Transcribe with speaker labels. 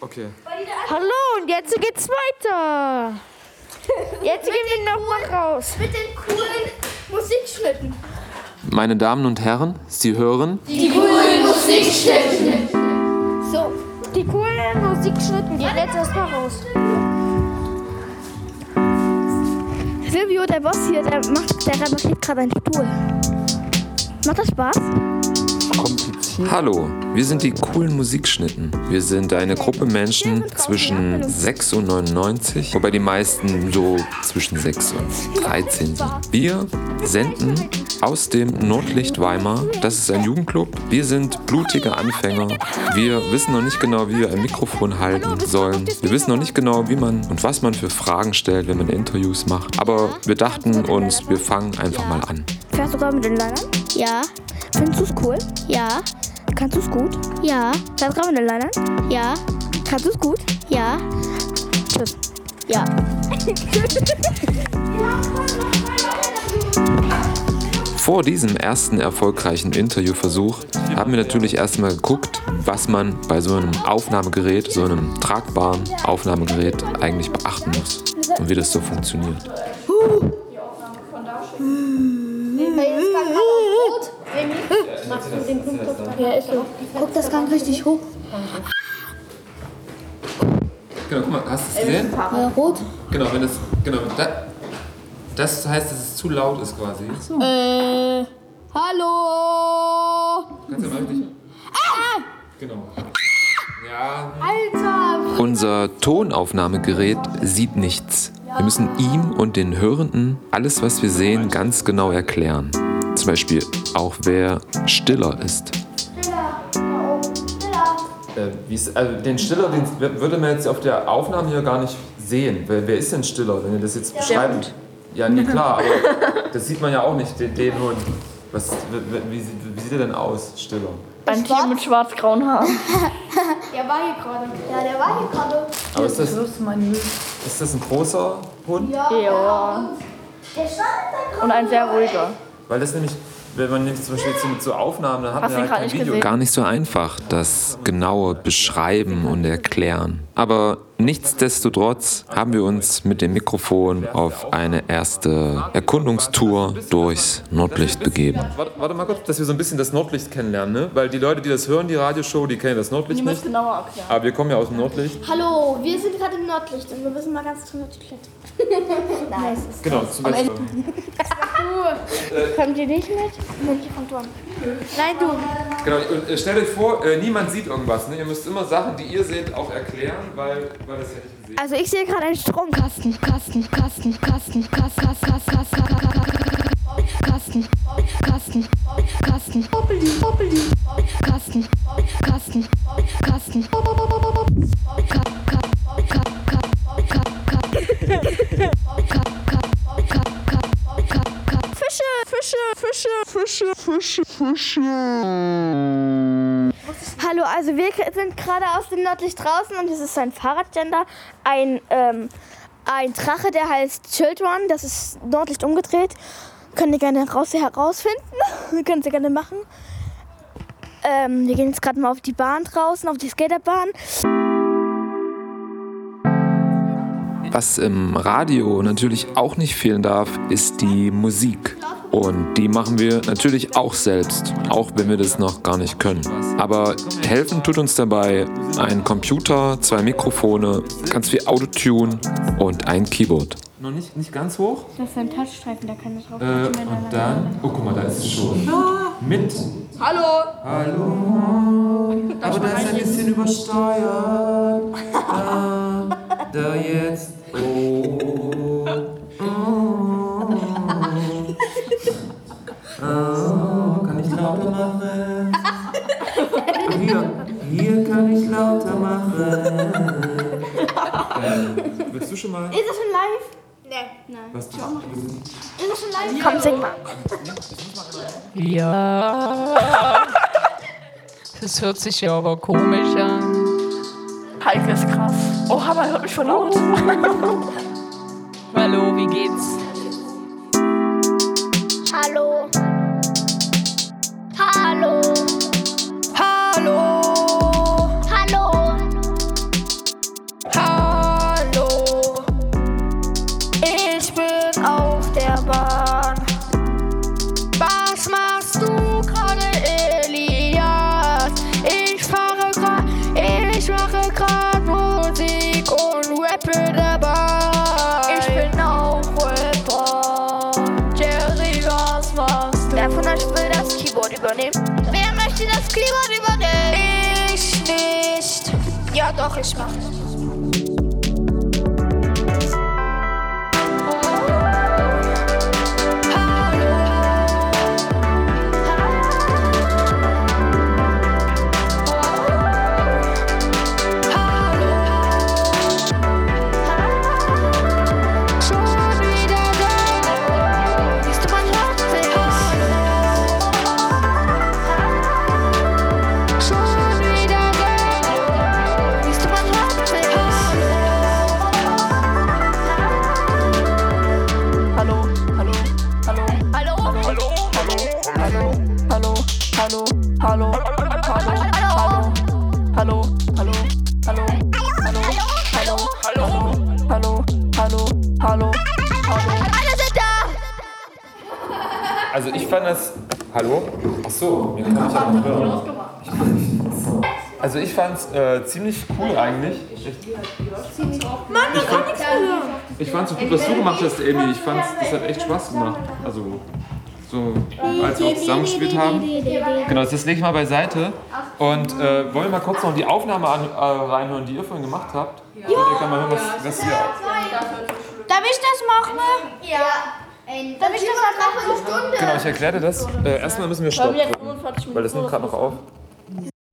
Speaker 1: Okay.
Speaker 2: Hallo, und jetzt geht's weiter. Jetzt gehen wir nochmal raus.
Speaker 3: Mit den coolen Musikschnitten.
Speaker 1: Meine Damen und Herren, Sie hören
Speaker 2: So, die coolen Musikschnitten gehen jetzt erstmal raus.
Speaker 4: Silvio, der Boss hier, der macht, der repariert gerade einen Stuhl. Macht das Spaß?
Speaker 1: Hallo, wir sind die coolen Musikschnitten. Wir sind eine Gruppe Menschen zwischen 6 und 99, wobei die meisten so zwischen 6 und 13 sind. Wir senden aus dem Nordlicht Weimar. Das ist ein Jugendclub. Wir sind blutige Anfänger. Wir wissen noch nicht genau, wie wir ein Mikrofon halten sollen. Wir wissen noch nicht genau, wie man und was man für Fragen stellt, wenn man Interviews macht. Aber wir dachten uns, wir fangen einfach mal an.
Speaker 4: Fährst du gerade mit den Linern?
Speaker 5: Ja,
Speaker 4: Findest du es cool?
Speaker 5: ja,
Speaker 4: Kannst du es gut?
Speaker 5: ja,
Speaker 4: Fährst du gerade mit den Linern?
Speaker 5: ja,
Speaker 4: Kannst du es gut?
Speaker 5: ja.
Speaker 4: Tschüss.
Speaker 5: Ja.
Speaker 1: Vor diesem ersten erfolgreichen Interviewversuch haben wir natürlich erstmal geguckt, was man bei so einem Aufnahmegerät, so einem tragbaren Aufnahmegerät eigentlich beachten muss und wie das so funktioniert.
Speaker 3: Guck, das kann richtig hoch.
Speaker 1: Genau, guck mal, hast du es gesehen?
Speaker 3: Äh, rot.
Speaker 1: Genau, wenn das, genau, das, das heißt, dass es zu laut ist quasi.
Speaker 3: Äh, hallo.
Speaker 1: Kannst du mal richtig. Genau. Ja,
Speaker 3: Alter.
Speaker 1: Unser Tonaufnahmegerät sieht nichts. Wir müssen ihm und den Hörenden alles, was wir sehen, ganz genau erklären. Zum Beispiel auch, wer stiller ist. Äh, den Stiller, den würde man jetzt auf der Aufnahme hier gar nicht sehen. Wer, wer ist denn Stiller, wenn ihr das jetzt beschreibt? Ja, nee, klar, aber das sieht man ja auch nicht, den, den Hund. Was, wie, wie sieht er denn aus, Stiller?
Speaker 6: Ein Tier mit schwarz-grauen Haaren.
Speaker 3: Der war hier gerade. Ja, der war hier gerade.
Speaker 1: Aber ist das,
Speaker 6: Das ist mein Müll.
Speaker 1: ist das ein großer Hund?
Speaker 6: Ja.
Speaker 3: Der stand da
Speaker 6: Und ein sehr ruhiger.
Speaker 1: Weil das nämlich, wenn man nämlich zum Beispiel jetzt mit so Aufnahmen, dann hat
Speaker 6: Hast
Speaker 1: man
Speaker 6: du
Speaker 1: halt
Speaker 6: grad
Speaker 1: kein
Speaker 6: nicht
Speaker 1: Video.
Speaker 6: gesehen?
Speaker 1: Gar nicht so einfach, das genaue Beschreiben und Erklären. Aber nichtsdestotrotz haben wir uns mit dem Mikrofon auf eine erste Erkundungstour durchs Nordlicht begeben. Warte, warte mal kurz, dass wir so ein bisschen das Nordlicht kennenlernen, ne? Weil die Leute, die das hören, die Radioshow, die kennen das Nordlicht
Speaker 6: Ich muss
Speaker 1: nicht.
Speaker 6: genauer erklären.
Speaker 1: Aber Ah, wir kommen ja aus dem Nordlicht.
Speaker 3: Hallo, wir sind gerade im Nordlicht und wir müssen mal ganz zum Nordlicht klettern.
Speaker 1: Genau, zum Beispiel.
Speaker 4: Kommt ihr nicht mit?
Speaker 3: Nein, du.
Speaker 1: Genau, und äh, stellt euch vor, äh, niemand sieht irgendwas. Ne? Ihr müsst immer Sachen, die ihr seht, auch erklären, weil, weil das ja nicht gesehen
Speaker 4: Also ich sehe gerade einen Stromkasten. Kasten, Kasten, Kasten, Kasten, Kasten, Kasten, Kasten, Kasten, Kasten, Kasten, Kasten, Kasten, Kasten, Kasten, Fische, Fische, Fische, Fische, Fische, Fische. Hallo, also wir sind gerade aus dem Nordlicht draußen und es ist ein Fahrradständer, ein, ähm, ein Drache, der heißt Children, das ist Nordlicht umgedreht. Könnt ihr gerne raus herausfinden, könnt ihr gerne machen. Ähm, wir gehen jetzt gerade mal auf die Bahn draußen, auf die Skaterbahn.
Speaker 1: Was im Radio natürlich auch nicht fehlen darf, ist die Musik. Und die machen wir natürlich auch selbst, auch wenn wir das noch gar nicht können. Aber helfen tut uns dabei ein Computer, zwei Mikrofone, ganz viel Autotune und ein Keyboard. Noch nicht, nicht ganz hoch. Äh,
Speaker 4: Das ist ein Touchstreifen, da kann ich drauf.
Speaker 1: und dann, oh guck mal, da ist es schon.
Speaker 4: Ah!
Speaker 1: Mit.
Speaker 6: Hallo!
Speaker 1: Hallo. Aber da ist ein bisschen übersteuert. Da, da jetzt. Oh. Oh, kann ich lauter machen? Hier, hier kann ich lauter machen. Willst du schon mal?
Speaker 3: Ist das schon live? Nee. Nein.
Speaker 1: Was du
Speaker 3: Ist das schon live?
Speaker 4: Komm, sing mal.
Speaker 7: Ja. Das hört sich ja aber komisch an. Oh,
Speaker 6: Heike ist krass. Oha, man hört mich voll laut.
Speaker 7: Hallo, wie geht's?
Speaker 3: Hallo. Hallo.
Speaker 6: Hallo!
Speaker 3: Hallo.
Speaker 5: lieber über den. Ich nicht. Ja, doch, ich mach. Schon wieder da. Siehst du, man hört mich. Schon wieder da. Siehst du, man hört
Speaker 6: Hallo, hallo, hallo,
Speaker 5: mich. Hallo?
Speaker 6: hallo, hallo, hallo, hallo, hallo, hallo, hallo, hallo, hallo, hallo, hallo, hallo, hallo, hallo, hallo, hallo.
Speaker 5: Alle sind da.
Speaker 1: Also ich fand das. Hallo? Ach so, mir kann ich ja noch hören. Also ich fand's äh, ziemlich cool eigentlich. Ich fand's so gut, was du gemacht hast, Amy. Ich fand's, das hat echt Spaß gemacht. Also so, als wir zusammengespielt haben. Genau, das lege ich mal beiseite. Und äh, wollen wir mal kurz noch die Aufnahme an, äh, reinhören, die ihr vorhin gemacht habt? Ja. Und ihr könnt mal hören, was, was ihr
Speaker 5: Darf ich das machen? Ja. Darf ich das mal machen?
Speaker 1: Genau, ich erkläre dir das. Äh, erstmal müssen wir stoppen. Weil das nimmt gerade noch auf.